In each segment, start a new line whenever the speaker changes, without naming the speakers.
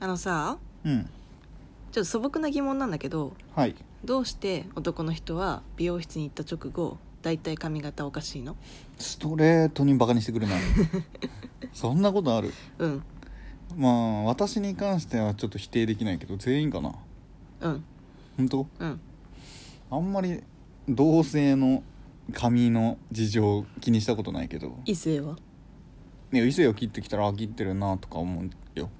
あのさ
うん
ちょっと素朴な疑問なんだけど
はい
どうして男の人は美容室に行った直後だいたい髪型おかしいの
ストレートにバカにしてく るなそんなことある
うん
まあ私に関してはちょっと否定できないけど全員かな
うん
本当
うん
あんまり同性の髪の事情気にしたことないけど
異性は
ね異性を切ってきたらあ切ってるなとか思うよ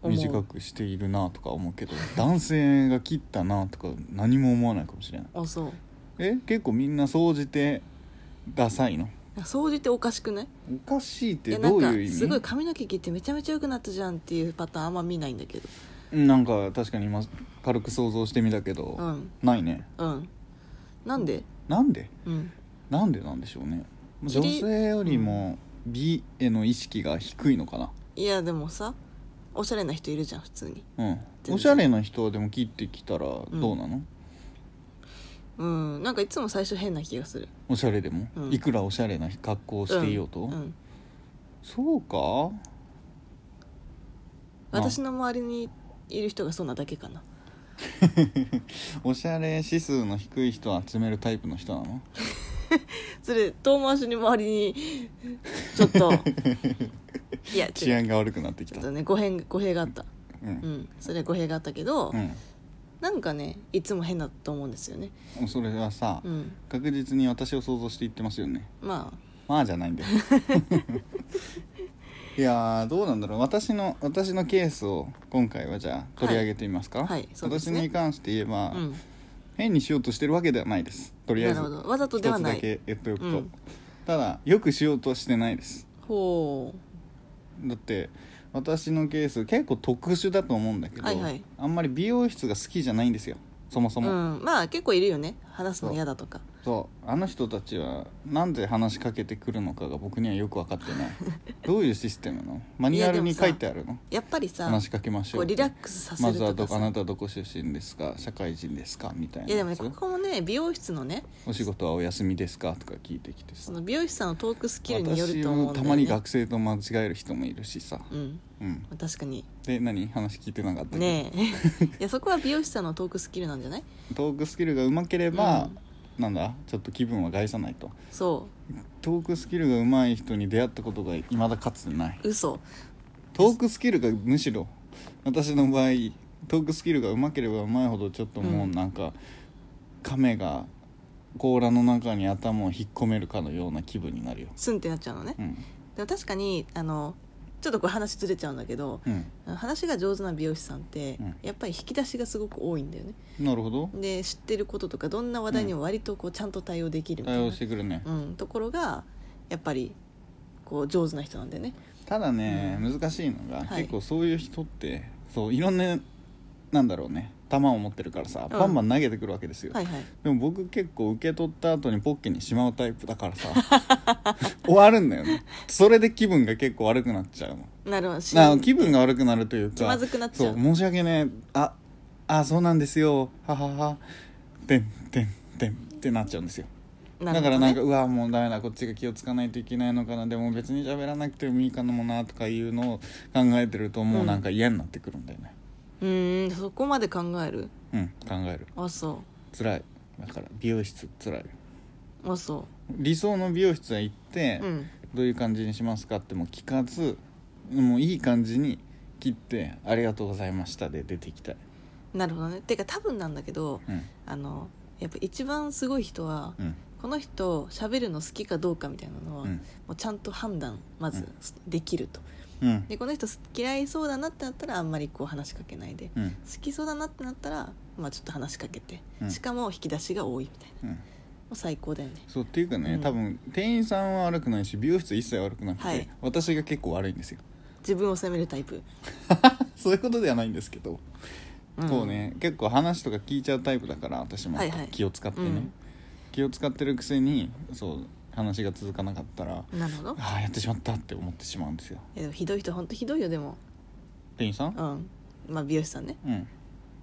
思う
短くしているなとか思うけど男性が切ったなとか何も思わないかもしれない
あそう
え結構みんな総じてダサいの
掃除っておかしくない
おかしいっ
い
て
やな
ど
ん
う
か
いう意味
すごい髪の毛切ってめちゃめちゃ良くなったじゃんっていうパターンあんま見ないんだけど
なんか確かに今軽く想像してみたけど、
うん
ないね
うんなんで
なんで
うん
なんでなんでしょうね
切
女
り
性よりも美への意識が低いのかない
やでもさおしゃれな人いるじゃん普通に
うん
然
おしゃれな人はでも切ってきたらどうなの、
うんなんかいつも最初変な気がする
おしゃれでも、
うん
いくらおしゃれな格好をしていようと、
んん
そうか
私の周りにいる人がそんなだけかな
おしゃれ指数の低い人を集めるタイプの人な の
それ遠回しに周りにちょっ といや
治
違う
安が悪くなってき
ちょ
た
っとね語弊語弊があった
う、
うんんそれ語弊があったけど、
うん
なんかねいつも変だと思うんですよね
それはさ、
うん
確実に私を想像して言ってますよね
ま
まあじゃないん だよいやーどうなんだろう私の私のケースを今回はじゃあ取り上げてみますか
はいはいそうです
私
ね
に関して言えば、
あうん
変にしようとしてるわけではないですとりあえ
なる
ず
ほどわざと
一
では
つ
な
だ
い
け言っておくと、
うん
ただよくしようとはしてないです
ほ
だって私のケース結構特殊だと思うんだけど、
はいはい
あんまり美容室が好きじゃないんですよそもそう
う
も、
んまあ結構いるよね話すの嫌だとか
そうあの人たちはなんで話しかけてくるのかが僕にはよく分かって ないどういうシステムなのマニュアルに書いてあるの
やっぱりさ
話しかけましょ
こ
う
うリラックスさせ
ま
る
ずは
と
ど
か
こあ
さ
なたどこ出身ですか社会人ですかみたいない
やでもね
やつ
ここもね美容室のね
お仕事はお休みですかとか聞いてきて
そ
さ
の美容師さんのトークスキルによる
私
と思うん
も
だ
た
よね
まに学生と間違える人もいるしさ、
うん
うん、
確かに
で何話聞いてなかったっけ
ね えいやそこは美容師さんのトークスキルなんじゃない
トークスキルがうまければ、
うん
なんだちょっと気分は害さないと
そ
トークスキルがうまい人に出会ったことがいまだかつてないう
嘘
トークスキルがむしろ私の場合トークスキルがうまければうまいほどちょっともううんなんか、亀が甲羅の中に頭を引っ込めるかのような気分になるよ
スンってなっちゃうのね
うん
でも確かにあのちょっとこれ話ずれちゃうんだけど
うん
話が上手な美容師さんって、
うん
やっぱり引き出しがすごく多いんだよね
なるほど
で知ってることとかどんな話題にも割とこうちゃんと対応できるみたい
対
な、う
応
ん
してくるね、
ところがやっぱりこう上手な人なんだよね
ただね、
う
難しいの
は
が、
い
結構そういう人ってそういろんななんだろうね球を持ってるからさ、
うん
バンバン投げてくるわけですよ、
はいはい
でも僕結構受け取った後にポッケにしまうタイプだからさ 終わるんだよねそれで気分が結構悪くなっちゃうの
なるほどし
な気分が悪くなるというか
気まずくなっちゃう
そう申し訳ねえああそうなんですよはははてんてんてんってなっちゃうんですよ、
なる
だ
ほど
から
ね
なんかうわもうダメだこっちが気をつかないといけないのかなでも別に喋らなくてもいいかもなとかいうのを考えてるともうなんか嫌になってくるんだよね
うーんそこまで考える
うん、考える
あそ
辛いだから美容室辛いう
あそ
理想の美容室へ行って、
ううん
どういう感じにしますかっても聞かずもういい感じに切って「ありがとうございました」で出てきたい、
なるほどねてか多分なんだけど
うん
あのやっぱ一番すごい人は、
うん
この人喋るの好きかどうかみたいなのは、
うん
もうちゃんと判断まずできると、
うん
でこの人嫌いそうだなってなったらあんまりこう話しかけないで、
うん
好きそうだなってなったら、まあ、ちょっと話しかけて、
うん
しかも引き出しが多いみたいなも
うん
う最高だよね
そうっていうかね、
うん
多分店員さんは悪くないし美容室一切悪くなくて、
はい
私が結構悪いんですよ
自分を責めるタイプ、
そういうことではないんですけど、
うん
そうね結構話とか聞いちゃうタイプだから私も
はいはい
気を使ってね、
うん
気を使ってるくせにそう話が続かなかったら
なるほど
ああやってしまったって思ってしまうんですよ
えでもひどい人本当ひどいよでも
店員さん
うんまあ美容師さんね
うん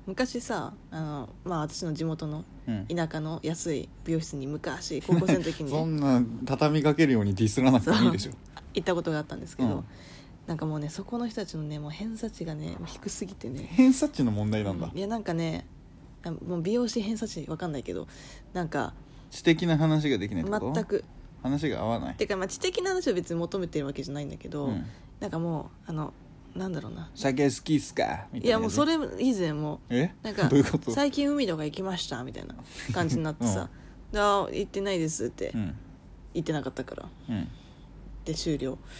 昔さあの、まあ、私の地元の
うん
田舎の安い美容室に昔高校 生の時に
そんな畳みかけるようにディスらなくてもいいでしょ
行ったことがあったんですけど、
うん
なんかもうねそこの人たちのねもう偏差値がねもう低すぎてね
偏差値の問題なんだ、
うんいやなんかねあもう美容師偏差値わかんないけどなんか
知的な話ができないってこと
全く
話が合わない
てかまあ知的な話を別に求めてるわけじゃないんだけど、
うん
なんかもうあのなんだろうな
酒好きっすかみたいない
やもうそれ以前も
え
なんか
どういうこと
最近海とか行きましたみたいな感じになって さ「であー行ってないです」って
うん
言ってなかったから
うん
で終了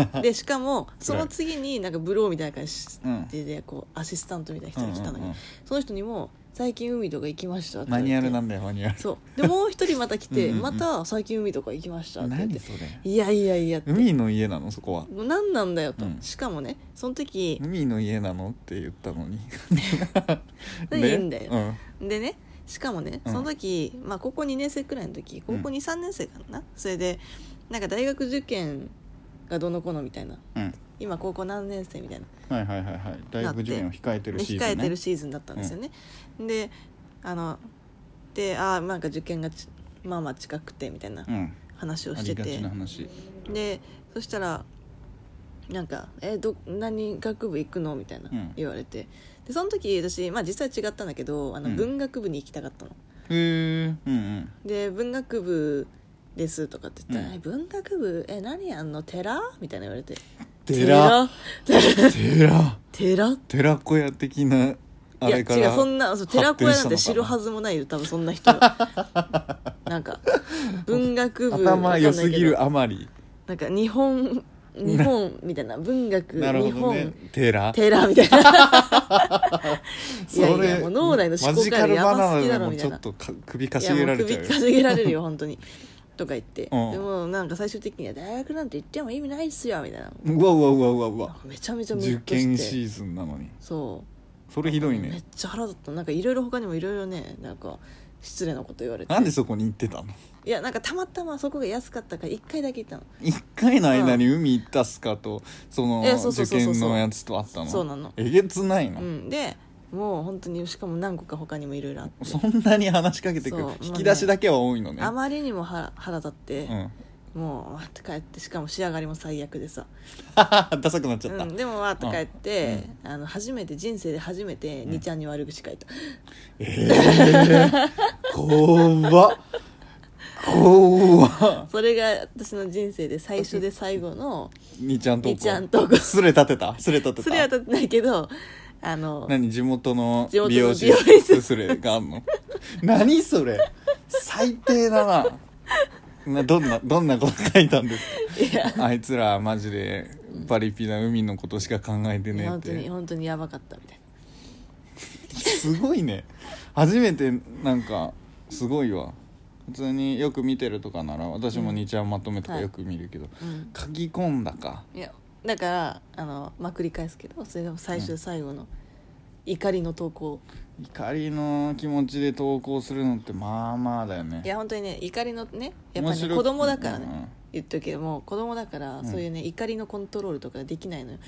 でしかもその次になんかブローみたいな感じ
うん
ででこうアシスタントみたいな人が来たんだけど、
うんうんうん
その人にも「最近海とか行きました」って言
マ
われ
ニュア
て
ルなんだよマニュアル
そうでもう一人また来て
うんうんうん
また「最近海とか行きました」って言って
何それ
いやいやいやって
海の家なのそこは
もう何なんだよと、
うん
しかもねその時
海の家なのって言ったの に
いいんだよ
うん
でねしかもね
うん
その時、まあ、高校2年生くらいの時高校
うん
23年生かな、それでなんか大学受験がどうのこうのみたいな
うん
今高校何年生みたいな
はいはいはいはい大学受験を控えてる
で
シーズン、
控
ね、
えてるシーズンだったんですよね、であのであーなんか受験がちまあまあ近くてみたいな
うん
話を
あ
して
りが
て、
ちな話
でそしたらなんか「えど何学部行くの?」みたいな
うん
言われて、でその時私、まあ、実際違ったんだけどあの
うん
文学部に行きたかったの、
へえうんうん
で文学部ですとかって言ったら「え
うん
文学部え何やんの寺?」みたいな言われて
寺寺
寺
寺子屋的ないあ
や
れから
違うそんなそう寺子屋なんて知るはずもないよ多分そんな人 なんか文学部
頭良すぎ
わ
るあまり
かんないけどなんか日 本日本みたいな文学
なる
日
ほどね
本
寺
寺みたいない
そ
やい
れ
やもう脳内の思考回路やばすぎだろ
マ
み
ジ
たい
カルバナナでもちょ
な
っとか首かしげられちゃう
いやもう首
よ
かしげられるよ本当にとか言って、
うん
でもなんか最終的には大学なんて行っても意味ないっすよみたいな
うわうわうわうわうわ
めちゃめちゃム
受
ッとして
験シーズンなのに
そう
それひどい
め
ね
っちゃ腹立ったなんかいろいろ他にもいろいろねなんか失礼なこと言われて
なんでそこに行ってたの
いやなんかたまたまそこが安かったから1回だけ行ったの
一回の間に海行ったすかとその
えそうそうそ
受
うそう
験のやつとあったの
そうなの
えげつないの、
うんでもう本当にしかも何個か他にもいろいろあって
そんなに話しかけてくる、
そう
引き出しだけは多いのね
あまりにも腹腹立って
う、ん
もうわーって帰ってしかも仕上がりも最悪でさ、
ダサくなっちゃった、
うん、でもわーって帰って、あの初めて人生で初めて
ん
2ちゃんに悪口書いた、
怖っ怖っ
それが私の人生で最初で最後の
兄ちゃんとこ
兄ちゃん投稿
すれ立てたすれ立てた
それは当たってないけどあの
何地元の
地元の
美容師
美容室
すれがあんの何それ最低だななどんなどんなこと書いたんですかあいつらマジでパリピな海のことしか考えて
いや
ねえっ
本当に
て
本当にやばかったみたいな
すごいね初めてなんかすごいわ普通によく見てるとかなら私も日曜まとめとかよく見るけど、
うん
書き込んだか
いやだからあの、まあ、繰り返すけどそれでも最終最後の怒りの投稿、
怒りの気持ちで投稿するのってまあまあだよね
いや本当にね怒りのねやっぱ
面
り、
白
ね、
く
子供だからね、
うんうん
言っとくけどもう子供だから
ん
そういうね、怒りのコントロールとかできないのよ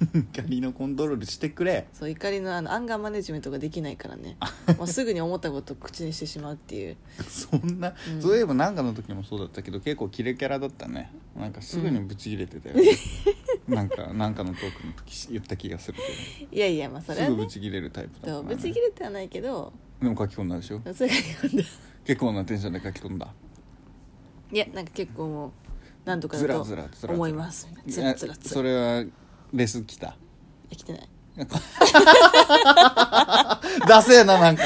怒りのコントロールしてくれ
そう怒りのあのアンガーマネジメントができないから ねもうすぐに思ったことを口にしてしまうっていう
そんな、
うん
そういえばなんかの時もそうだったけど結構キレキャラだったねなんかすぐにブチ切れてたよね、 なんかなんかのトークの時言った気がするけ
いやいやまあ そ
ど、
れは
すぐ
ね
ブチ切れるタイプだ
そ
った
う
から
ぶ
ね
ち切れてはないけど
でも書き込んだでしょ
それが読んだ
結構なテンションで書き込んだ
いやなんか結構もうなんとか
ず
だ
ら
と
ずらずら
思いますつらつら
いや
つ
そ
ら
れはレス来た
生きてない
ダセえななんか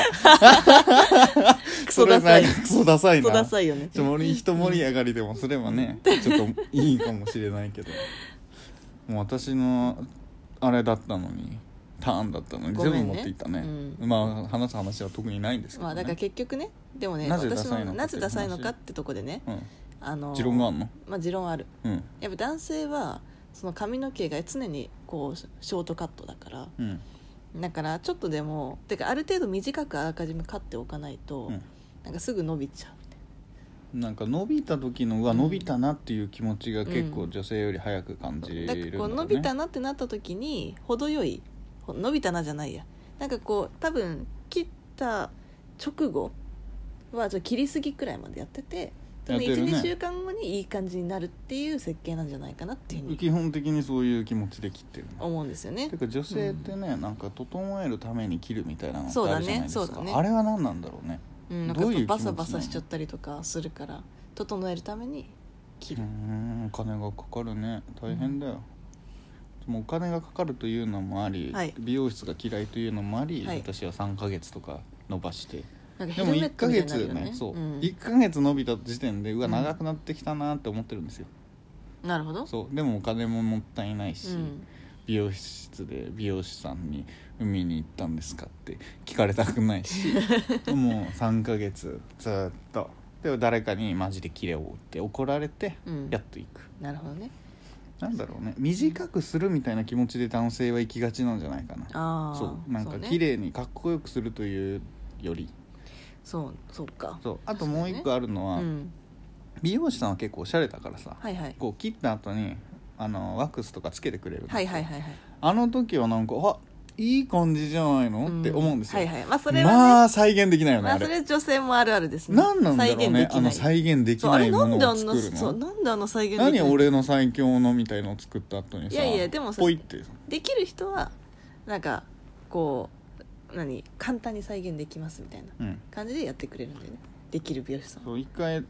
クソダサい
それなんかクソダサい
ク
な
ソダサいよね
ちょ盛り一盛り上がりでもすればねちょっといいかもしれないけどもう私のあれだったのにターンだったのに
ご
全
め
部
んね
持っていったね
う
まあ話す話は特にないんですけ
ま
ど、
あだ
ね
から結局ねでもね
なぜダ
私
サいのか
のなぜダサいのかっ
って
とこでね
うん、
あの
持論があんの
まあ持論ある
うん
やっぱ男性はその髪の毛が常にこうショートカットだから
うん
だからちょっとでもてかある程度短くあらかじめカっておかないと、なんかすぐ伸びちゃうみたい
うん、なんか伸びた時のうわ
うん
伸びたなっていう気持ちが結
う
構
ん
女性より早く感じるんだ
な
よね
だからこう伸びたなってなった時に程よいほ伸びたなじゃないやなんかこう多分切った直後はちょっと切りすぎくらいまでやってて多分
やってるね
12週間後にいい感じになるっていう設計なんじゃないかなっていうふうに
基本的にそういう気持ちで切ってるね
思うんですよね
ていうか女性ってね、なんか整えるために切るみたいなのってあるじゃないですか
そうだねそうだね
あれは何なんだろうね
うん、なんか
ど
や
う
っ
いう気持
ぱ
ちな
バ
の
サバサしちゃったりとかするから整えるために切
うー
る、
んお金がかかるね大変だよ、でもお金がかかるというのもあり、
はい
美容室が嫌いというのもあり、
はい
私は3ヶ月とか伸ばして
なんか
で
ヘ
も
ルメッ
1
ト
ヶ
みたいに
月
なるよね
ねそう、
ん
1ヶ月伸びた時点でうわ
うん
長くなってきたなって思ってるんですよ、
なるほど
そうでもお金ももったいないし、
うん
美容室で美容師さんに「海に行ったんですか?」って聞かれたくない しもう3ヶ月ずっとで誰かに「マジで切れよ」って怒られて
うん
やっと行く、
なるほどね
なんだろうね短くするみたいな気持ちで男性は行きがちなんじゃないかな
ああ
そうなんか
ね
綺麗にかっこよくするというより
そうそうか
そうあともう一個あるの
う
は、
ん
美容師さんは結構おしゃれだからさ、
はいはい
こう切った後にあのワックスとかつけてくれるんですよ
はいはいはいはい
あの時はなんかあいい感じじゃないの、って思うんですよ、
はいはいまあそれはね、
まあ再現できないよね、
まあ
あれ
それ女性もあるあるですね
何なんだろう
再現で
ね
きない
あの再現でき
そうあ
な
れ
い
な
も
んであ
のを
んな
作る
そう
の
なんであの再現できない
何俺の最強のみたいのを作った後にさ
いやいやでもさ
ポイってさ
できる人はなんかこう何簡単に再現できますみたいな
うん
感じでやってくれるんでねできる美容師さんは
そう一回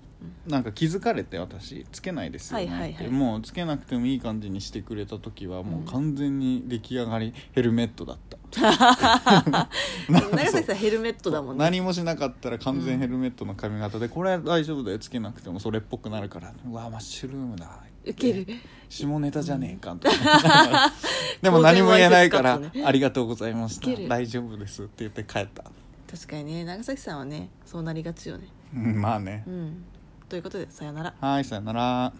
なんか気づかれて私つけないですよねって、
はいはいはい
もうつけなくてもいい感じにしてくれた時はもう完全に出来上がりヘルメットだった、 なんか
長
そう
崎さんヘルメットだもんね
何もしなかったら完全ヘルメットの髪型で、これは大丈夫だよつけなくてもそれっぽくなるからうわマッシュルームだ
ウケる
下ネタじゃねえか とかでも何も言えないから、
当然わいせつカットね
ありがとうございまし
いけ
た
る
大丈夫ですって言って帰った、
確かにね長崎さんはねそうなりがちよね
うんまあね
う、んということでさよなら
はいさよなら